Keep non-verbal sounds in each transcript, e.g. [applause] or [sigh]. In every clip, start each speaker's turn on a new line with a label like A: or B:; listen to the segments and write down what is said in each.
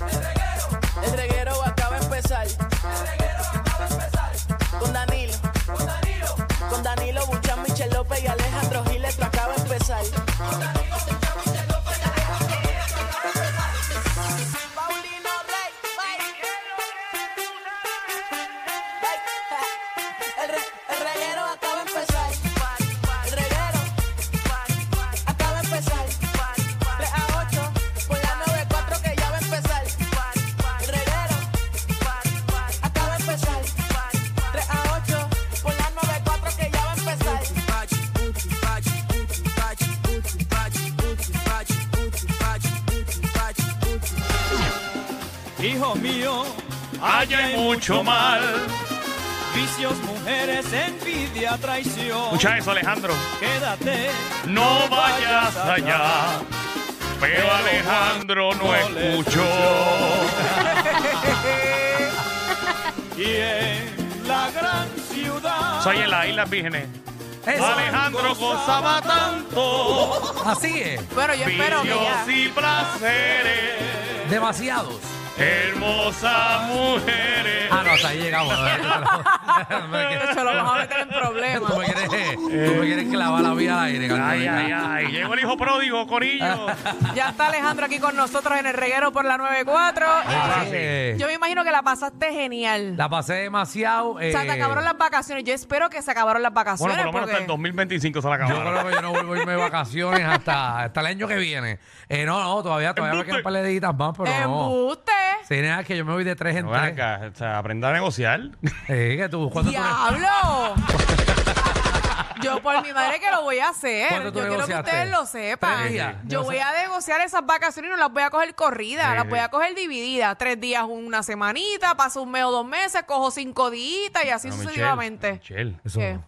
A: El reguero,
B: el reguero acaba de empezar.
A: el reguero acaba de empezar
B: Con Danilo,
A: con Danilo,
B: con Danilo Buchan, Michel López y Alejandro Gil, esto acaba de empezar. Paulino Rey, bye. El re- el reguero acaba de empezar. El reguero acaba de empezar. 3 a 8, por la 9-4 que ya va a empezar. El reguero acaba de empezar. 3 a 8, por la 9-4 que ya va a empezar.
C: Hijo mío,
D: Allá hay mucho mal.
C: vicios, mujeres, envidia, traición.
D: Escucha eso, Alejandro.
C: Quédate,
D: No vayas allá. Pero Alejandro no
C: le
D: escuchó.
C: Y en la gran ciudad.
D: Soy en las Islas Vírgenes.
E: Eso.
D: Alejandro gozaba tanto.
E: Así es,
F: Bueno, yo espero que ya.
D: Vicios y placeres.
E: demasiados.
D: Hermosas mujeres.
E: Ah, no, hasta ahí llegamos. Me quieres-
F: Se lo vamos a meter en
E: Tú me
F: problemas.
E: quieres, tú me quieres clavar la vida al aire,
D: Eh. Ay,
E: Carolina.
D: ay, ay. Llegó el hijo pródigo, Corillo.
F: Ya está Alejandro aquí con nosotros en el reguero por la 94.
D: Ah,
E: Ahora
F: Y
E: sí.
F: Yo me imagino que la pasaste genial.
E: Eh, La pasé demasiado. eh,
F: o sea, te acabaron las vacaciones. Yo espero que se acabaron las
D: Bueno,
F: vacaciones.
D: por lo menos hasta el
F: porque
D: 2025 se la
E: Yo creo
D: acabaron.
E: que yo no vuelvo a irme de vacaciones hasta, hasta el año que viene. Eh, no, no, todavía, todavía me
D: Embuste.
E: quedan un par de deditas más, pero no.
F: Embuste.
E: Sí, nada, es que yo me voy de tres en
D: No,
E: tres.
D: acá, o sea, aprenda a negociar.
E: Eh, que tú, ¿cuánto tú ne- [laughs]
F: ¡Diablo! Yo por mi madre que lo voy a hacer. Yo
E: ¿Cuánto tú
F: quiero que
E: negociaste?
F: ustedes lo
E: Tres
F: sepan.
E: días.
F: Yo voy a negociar esas vacaciones y no las voy a coger corridas,
D: Sí,
F: las
D: sí.
F: voy a coger divididas. Tres días, una semanita, paso un mes o dos meses, cojo cinco días y así
D: Pero, Michelle,
F: sucesivamente.
D: Michelle.
E: Eso
F: ¿Qué?
E: no.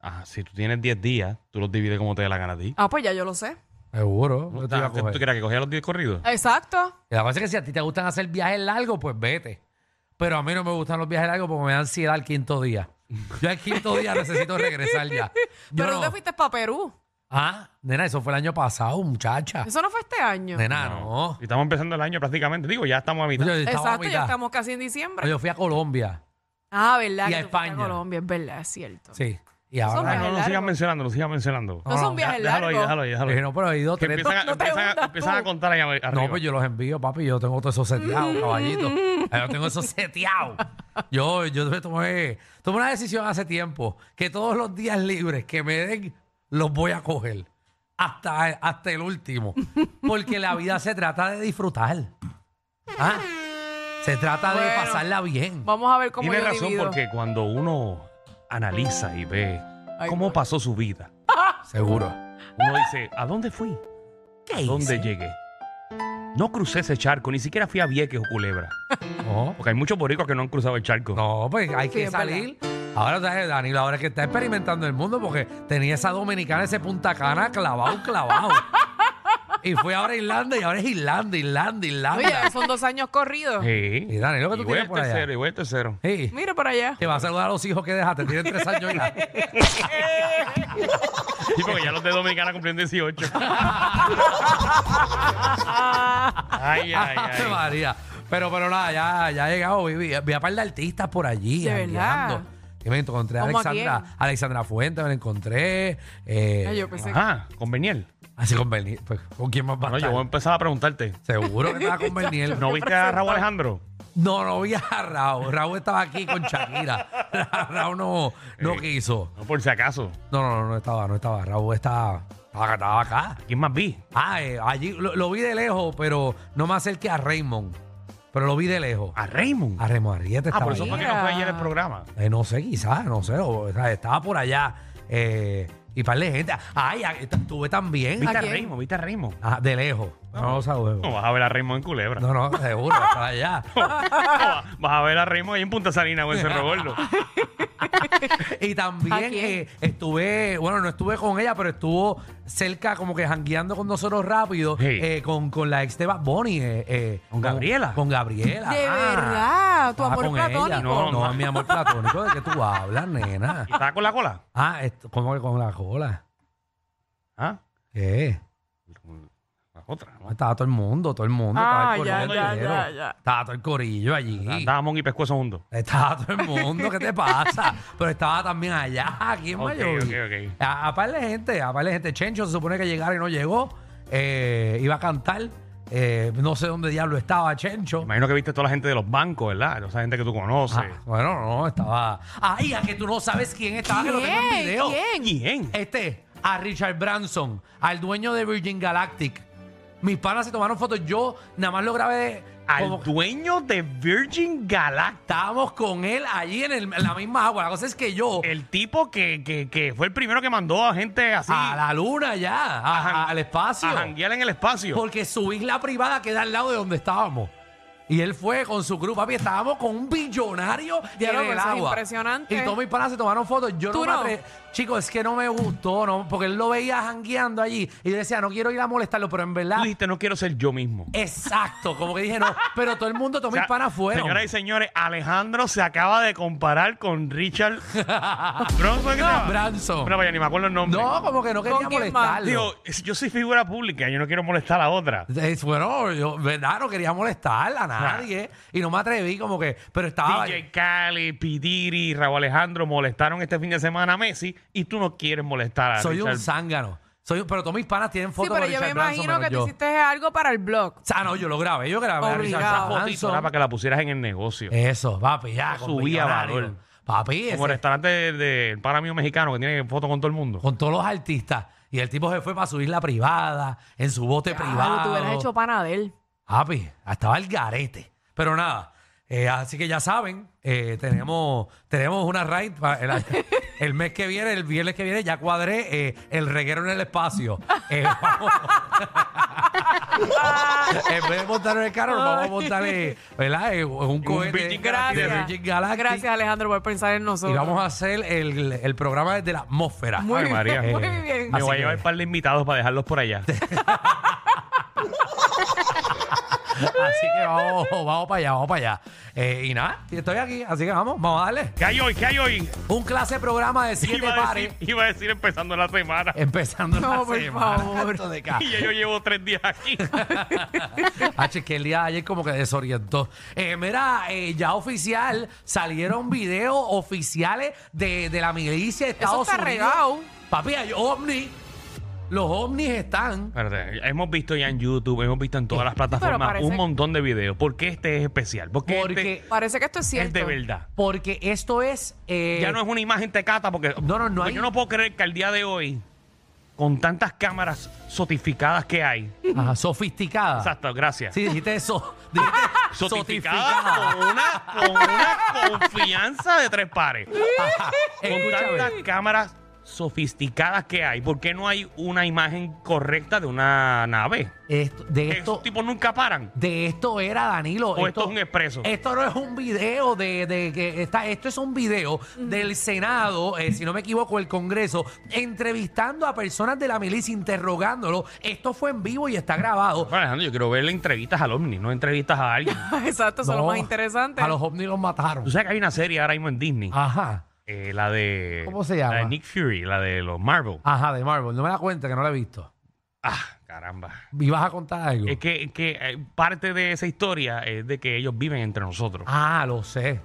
D: Ah, si tú tienes 10 días, tú los divides como te dé la gana a ti.
F: Ah, pues ya yo lo sé.
E: Seguro. yo te iba a
D: Ah, ¿qué ¿Tú
E: coger.
D: crees que cogía los 10 corridos?
F: Exacto.
E: La cosa es que si a ti te gustan hacer viajes largos, pues vete. Pero a mí no me gustan los viajes largos porque me da ansiedad al quinto día. Yo al quinto día necesito regresar ya. Yo
F: Pero
E: no-
F: tú te fuiste para Perú.
E: Ah, nena, eso fue el año pasado, muchacha.
F: Eso no fue este año.
E: Nena, Ah, no.
D: Y estamos empezando el año prácticamente. Digo, ya estamos a mitad.
E: Yo, estaba a
F: Exacto, ya
E: mitad.
F: estamos casi en diciembre.
E: Yo fui a Colombia.
F: ah, ¿verdad?
E: Y
F: que
E: a
F: tú fuiste
E: España.
F: Colombia, es verdad, es cierto.
E: Sí. Y
D: Ah,
E: ahora.
D: no, no
F: largo.
D: sigas mencionando, no sigas mencionando.
F: No, son viajes
D: déjalo ahí,
F: largos.
D: déjalo ahí, déjalo ahí.
E: Dije, no, pero he ido
D: Que
E: tres.
D: empiezan, a-
F: no te
D: empiezan a-
F: hundas
D: empiezan
F: tú.
D: a contar allá arriba.
E: No, pues yo los envío, papi. Yo tengo todo eso seteado, caballito. Ah, Yo tengo eso seteado. Yo, yo me tomé, tomé una decisión hace tiempo que todos los días libres que me den los voy a coger. Hasta, hasta el último. Porque la vida se trata de disfrutar. ¿Ah? Se trata de
F: Bueno.
E: pasarla bien.
F: Vamos a ver cómo
D: Tiene
F: yo
D: razón
F: divido.
D: porque cuando uno analiza y ve
F: Ay,
D: cómo
F: no.
D: pasó su vida,
E: Seguro.
D: uno dice, ¿a dónde fui? ¿A dónde llegué? No crucé ese charco, ni siquiera fui a Vieques o Culebra.
E: No,
D: Porque hay muchos boricos que no han cruzado el charco.
E: no, pues hay
F: Sí,
E: que
F: es
E: salir. Ahora traje Danilo, ahora es que está experimentando el mundo porque tenía esa dominicana, ese punta cana clavado, clavado. y fue ahora a Irlanda y ahora es Irlanda, Irlanda,
F: Oye,
E: Irlanda.
F: son dos años corridos.
D: Sí.
E: Y Danilo, ¿qué tú
D: Y voy
E: tienes
D: el
E: por allá?
D: tercero, y voy el tercero.
E: Sí.
F: Mira para allá.
E: Te va a saludar a los hijos que dejaste, tienen tres años
F: [laughs]
E: ya.
D: Sí, porque ya los de Dominicana cumplen 18. ay, ay,
E: Ave
D: ay.
E: María. Pero, pero nada, ya, ya he llegado. Vi, vi- vi a par de artistas por allí.
F: De verdad.
E: jangueando. Y me encontré a
F: ¿Cómo a
E: Alexandra,
F: quién?
E: Alexandra Fuente, me la encontré. eh,
F: Ay, yo pensé que-
D: Ajá, con Beniel.
E: Así con Berni- pues, ¿Con quién más va a
D: Bueno, yo
E: estar?
D: voy a empezar a preguntarte.
E: Seguro que estaba
F: [laughs]
E: con Berniel.
D: ¿No viste a Raúl Alejandro?
E: No, no vi a Raúl. Raúl estaba aquí con Shakira. [laughs] Ra- Raúl no, no quiso.
D: No, por si acaso.
E: No, no, no, no estaba, no estaba. Raúl estaba, estaba, estaba acá.
D: ¿Quién más vi?
E: Ah, eh, allí lo, lo vi de lejos, pero no me acerqué a Raymond. Pero lo vi de lejos.
D: A Raymond.
E: A Remo Arrieta
D: ah,
E: estaba
D: por eso
E: ahí.
D: fue que no fue ayer el programa.
E: Eh, no sé, quizás, no sé. o- o sea, estaba por allá. eh, y par de gente. Ay, a- esta- estuve también.
D: ¿Viste a,
F: quién?
D: Raymond? ¿Viste a Raymond?
E: Ah, de lejos. No, lo saludé.
D: No vas a ver a Raymond en Culebra.
E: No, no, seguro, estaba allá.
D: Vas a ver a Raymond ahí en Punta Salina o en Cerro Gordo.
E: Y
F: ¿A
E: también
F: quién?
E: eh, estuve, bueno, no estuve con ella, pero estuvo cerca, como que jangueando con nosotros rápido,
D: Sí.
E: eh, con, con la ex de Bad Bunny. eh, eh,
D: ¿Con Gabriela?
E: Con Gabriela.
F: De
E: ah.
F: verdad, tu
E: Ah,
F: amor
E: con ella.
F: platónico.
E: No, no,
D: No, no.
E: mi amor platónico, ¿de qué tú hablas, nena?
D: ¿Y estaba con la cola?
E: Ah, esto, ¿cómo que con la cola?
D: ¿Ah?
E: ¿Qué?
D: La otra. ¿no?
E: Estaba todo el mundo, todo el mundo. estaba
F: Ah,
E: el
F: ya, ya,
E: entero.
F: ya, ya.
E: Estaba todo el corillo allí.
D: Andábamos y pescuezo juntos.
E: Estaba todo el mundo, ¿qué te pasa? Pero estaba también allá, aquí en
D: Ok,
E: Miami.
D: ok, ok.
E: A, a par de gente, a par de gente. Chencho se supone que llegara y no llegó. Eh, iba a cantar. Eh, no sé dónde diablo estaba Chencho.
D: Imagino que viste toda la gente de los bancos, ¿verdad? Esa gente que tú conoces.
E: Ah, bueno, no, estaba. Ay, a que tú no sabes quién estaba, que lo tengo en
F: ¿Quién?
E: video.
F: ¿Quién?
D: ¿Quién?
E: Este, a Richard Branson, al dueño de Virgin Galactic. Mis panas se tomaron fotos. Yo nada más lo grabé
D: Al
E: como-
D: dueño de Virgin Galactic.
E: Estábamos con él allí en, el- en la misma agua. La cosa es que yo.
D: El tipo que, que, que fue el primero que mandó a gente así
E: A la luna ya, a-
D: jan-
E: a- al espacio.
D: a janguear en el espacio.
E: Porque su isla privada queda al lado de donde estábamos. Y él fue con su crew, papi, estábamos con un billonario de
F: Claro,
E: en el
F: eso es
E: agua.
F: impresionante.
E: Y todos mis panas se tomaron fotos. Yo
F: ¿Tú
E: no, me
F: no?
E: atre- Chicos, es que no me gustó, no, porque él lo veía jangueando allí. Y yo decía, no quiero ir a molestarlo, pero en verdad.
D: Tú dijiste, no quiero ser yo mismo.
E: Exacto, como que dije, no, pero todo el mundo, todos
D: O sea,
E: mis panas fueron. [laughs]
D: Señoras y señores, Alejandro se acaba de comparar con Richard
E: [laughs]
D: Bronson. ¿qué se llama?
E: Branson.
D: No, vaya, ni me acuerdo el nombre.
E: No, como que no quería
F: ¿Con quién más?
E: molestarlo.
D: Digo, es- yo soy figura pública, yo no quiero molestar a otra.
E: Es- Bueno, yo, verdad, no quería molestar a nadie y no me atreví como que, pero estaba...
D: DJ Cali, Pidiri, Raúl Alejandro molestaron este fin de semana a Messi y tú no quieres molestar a
E: soy un
D: Richard.
E: zángano. Soy, un- pero todos mis panas tienen
F: Sí,
E: fotos
F: pero
E: con
F: yo me
E: Richard Branson
F: imagino que
E: menos
F: tú
E: yo.
F: hiciste algo para el blog.
E: O sea, no, yo lo grabé, yo grabé a Richard
F: Obligado.
D: Esa fotito era
E: Branson.
D: para que la pusieras en el negocio.
E: Eso, papi, ya.
D: Eso
E: con
D: subía
E: millonario.
D: valor. Como
E: Papi, Eh, ese-
D: restaurante del de, para mío mexicano que tiene fotos con todo el mundo.
E: con todos los artistas. Y el tipo se fue para su isla privada, en su bote privado.
F: Tú hubieras hecho pana de él.
E: Papi, Ah, pues, estaba el garete. Pero nada, eh, así que ya saben, eh, tenemos, tenemos una raid para el, [laughs] el mes que viene, el viernes que viene, ya cuadré eh, el reguero en el espacio. Eh, [laughs] vamos. en vez de montar el carro, nos vamos a montar eh, ¿verdad? Eh, un cohete
D: Virgin
E: de
D: Galactic.
E: Virgin Galactic.
F: Gracias, Alejandro, por pensar en nosotros.
E: Y vamos a hacer el, el programa desde la atmósfera.
F: Muy
D: Ay, María.
F: bien, muy
E: Eh,
F: bien.
D: Me
E: así
D: voy a
E: que-
D: llevar un par de invitados para dejarlos por
E: [laughs]
D: allá.
E: Así que vamos, vamos para allá, vamos para allá. Eh, y nada, estoy aquí, así que vamos, vamos a darle.
D: ¿Qué hay hoy? ¿Qué hay hoy?
E: Un clase programa de siete
D: Iba a,
E: pares. Eh,
D: decir, iba a decir empezando la semana.
E: Empezando
F: No,
E: la
F: por
E: semana.
F: favor.
E: Esto de acá. [laughs]
D: Y ya yo llevo tres días aquí.
E: H, que el día de ayer como que desorientó. Eh, mira, eh, ya oficial salieron videos oficiales de, de la milicia de Estados
F: está
E: Unidos.
F: regado.
E: Papi, hay ovnis. Los ovnis están.
D: Espérate, hemos visto ya en YouTube, hemos visto en todas las plataformas
F: parece-
D: un montón de videos. ¿Por qué este es especial? ¿Por qué
E: Porque-
D: este
F: Parece que esto es
D: es
F: cierto. [laughs]
D: de verdad?
E: Porque esto es. eh,
D: ya no es una imagen tecata porque
E: No, no, no
D: porque
E: hay-
D: yo no puedo creer que al día de hoy con tantas cámaras sotificadas que hay
E: ajá, ah, sofisticada.
D: exacto gracias
E: Sí, dijiste
D: [laughs]
E: eso. Dijiste
D: sotificadas con una, con una confianza de tres pares
E: Ajá,
D: con
E: escúchame.
D: tantas cámaras sofisticadas que hay ¿por qué no hay una imagen correcta de una nave?
E: Esto- de esto.
D: esos tipos nunca paran
E: De esto era Danilo.
D: O esto es un expreso.
E: Esto no es un video de, de que está. Esto es un video del Senado, eh, si no me equivoco, el Congreso, entrevistando a personas de la milicia, interrogándolo. Esto fue en vivo y está grabado.
D: Bueno, Alejandro yo quiero verle entrevistas al OVNI no entrevistas a
E: [laughs]
D: alguien
F: Exacto, eso es lo
E: No,
F: más interesante.
E: A los ovnis los mataron.
D: tú sabes que hay una serie ahora mismo en Disney
E: Ajá.
D: eh, la de
E: Ah. ¿Cómo se
D: la de
E: llama?
D: Nick Fury la de los Marvel
E: Ajá, de Marvel. No me da cuenta que no la he visto.
D: Ah, caramba.
E: ¿Y vas a contar algo?
D: Es que, es que, eh, parte de esa historia es de que ellos viven entre nosotros.
E: Ah, lo sé.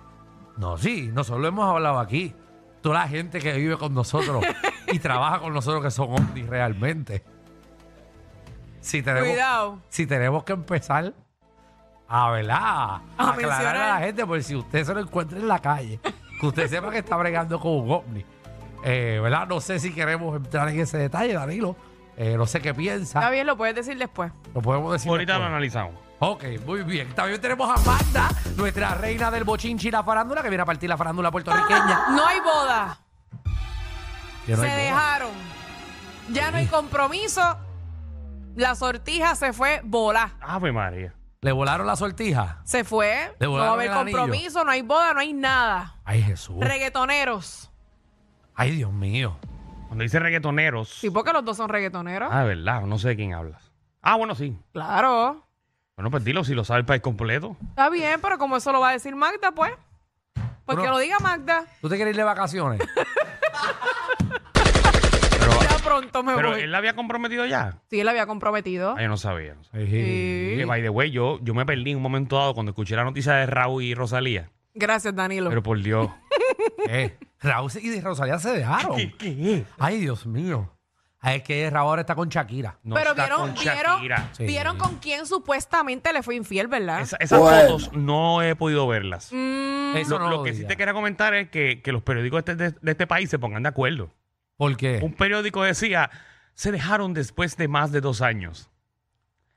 E: No, sí, nosotros lo hemos hablado aquí. Toda la gente que vive con
F: [laughs]
E: nosotros y trabaja con nosotros que son ovnis realmente. Si tenemos,
F: Cuidado.
E: Si tenemos que empezar a velar, a aclarar a
F: mencionar.
E: la gente, por si usted se lo encuentra en la calle, que usted sepa que está bregando con un ovni. Eh, ¿Verdad? No sé si queremos entrar en ese detalle, Danilo. Eh, no sé qué piensa.
F: Está bien, lo puedes decir después.
E: Lo podemos decir.
D: Ahorita lo
E: después.
D: analizamos.
E: Ok, muy bien. También tenemos a Magda, nuestra reina del bochinchi y la farándula, que viene a partir la farándula
D: [laughs]
E: puertorriqueña.
F: No hay boda.
E: Que no
F: se
E: hay boda.
F: dejaron. Ya no hay compromiso. La sortija se fue volar.
D: Ave María.
E: ¿Le volaron la sortija?
F: Se fue.
E: Le
F: No va a
E: volaron
F: haber
E: el anillo.
F: compromiso, no hay boda, no hay nada.
E: Ay, Jesús.
F: Reggaetoneros.
E: Ay, Dios mío.
D: Cuando dice reggaetoneros.
F: Sí, porque los dos son reggaetoneros.
D: Ah, de verdad, no sé de quién hablas. Ah, bueno, sí.
F: Claro.
D: Bueno, pues dilo si lo sabe el país completo.
F: Está bien, pero como eso lo va a decir Magda, pues. Pues
E: Pero-
F: que lo diga Magda.
E: ¿Tú te quieres ir
D: [laughs]
E: de vacaciones?
F: Ya pronto me
D: Pero
F: voy.
D: él la había comprometido ya.
F: Sí, él había comprometido.
D: Ah, yo no sabía. no sabía.
F: Sí.
D: Que, by the way, yo, yo me perdí en un momento dado cuando escuché la noticia de Raúl y Rosalía.
F: Gracias, Danilo.
D: Pero por Dios.
E: Eh, Raúl y Rosalía se dejaron. Ay, Dios mío. Ay, es que Raúl ahora está con Shakira.
D: No
F: Pero
D: está
F: vieron,
D: con
F: vieron,
D: Shakira.
E: Sí.
F: vieron con quién supuestamente le fue infiel, ¿verdad? Mm.
D: Esa- esas fotos no he podido verlas.
E: Eso
D: Lo,
E: no
D: lo
E: lo,
D: que sí
E: diga.
D: te quería comentar es que, que los periódicos de este, de este país se pongan de acuerdo.
E: ¿Por qué?
D: Un periódico decía, se dejaron después de más de dos años.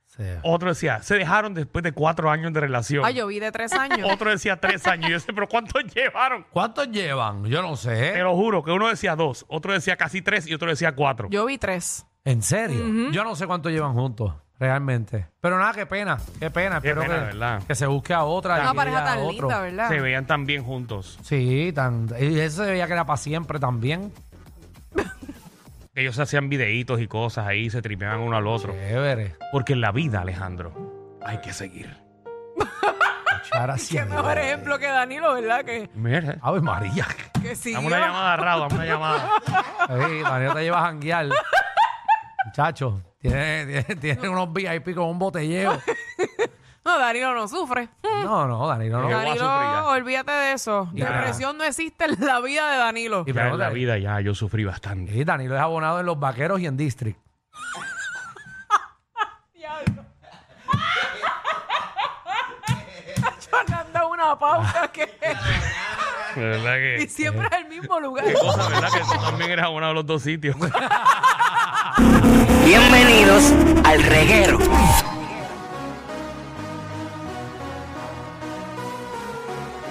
E: Se-
D: Otro decía, se dejaron después de cuatro años de relación.
F: Ay, yo vi de tres años.
D: [laughs] Otro decía tres años. Y yo decía, pero ¿cuántos [laughs] llevaron?
E: ¿Cuántos llevan? Yo no sé.
D: Te lo juro, que uno decía dos, otro decía casi tres y otro decía cuatro.
F: Yo vi tres.
E: ¿En serio? Yo no sé cuánto llevan juntos, realmente. Pero nada, qué pena, qué pena.
D: Qué
E: Espero
D: pena,
E: que,
D: ¿verdad?
E: que se busque a otra.
D: Ah,
F: Una
E: que
F: pareja
E: llegue a
F: tan
E: otro.
F: linda, ¿verdad?
D: Se veían tan bien juntos.
E: Sí, tan, y eso se veía que era para siempre también.
D: Ellos hacían videitos y cosas ahí, se tripeaban uno al otro.
E: Chévere.
D: Porque en la vida, Alejandro, hay que seguir.
E: Chara, sí,
F: [laughs] Qué mejor
E: amigo.
F: ejemplo que Danilo, ¿verdad? Que,
D: Mira,
E: Ave María.
F: que sí.
D: dame una llamada, Raúl, dame
F: [laughs]
D: una llamada.
E: Ay, María te lleva a janguear. Muchacho, tiene, tiene, tiene unos VIP con un botelleo.
F: No, Danilo no sufre.
E: No, no, Danilo, no.
D: voy a sufrir ya.
F: Danilo, olvídate de eso.
D: Ya.
F: Depresión no existe en la vida de Danilo.
E: Y
D: Ya en la
E: pregúntale-
D: vida ya yo sufrí bastante.
E: Sí, Danilo es abonado en los vaqueros y en District.
F: Yo anda una pauta
D: [laughs]
F: que
D: De verdad
F: y
D: que...
F: siempre es el mismo lugar.
D: Qué cosa, ¿verdad? Que tú también eres abonado a los dos sitios.
G: Bienvenidos al reguero.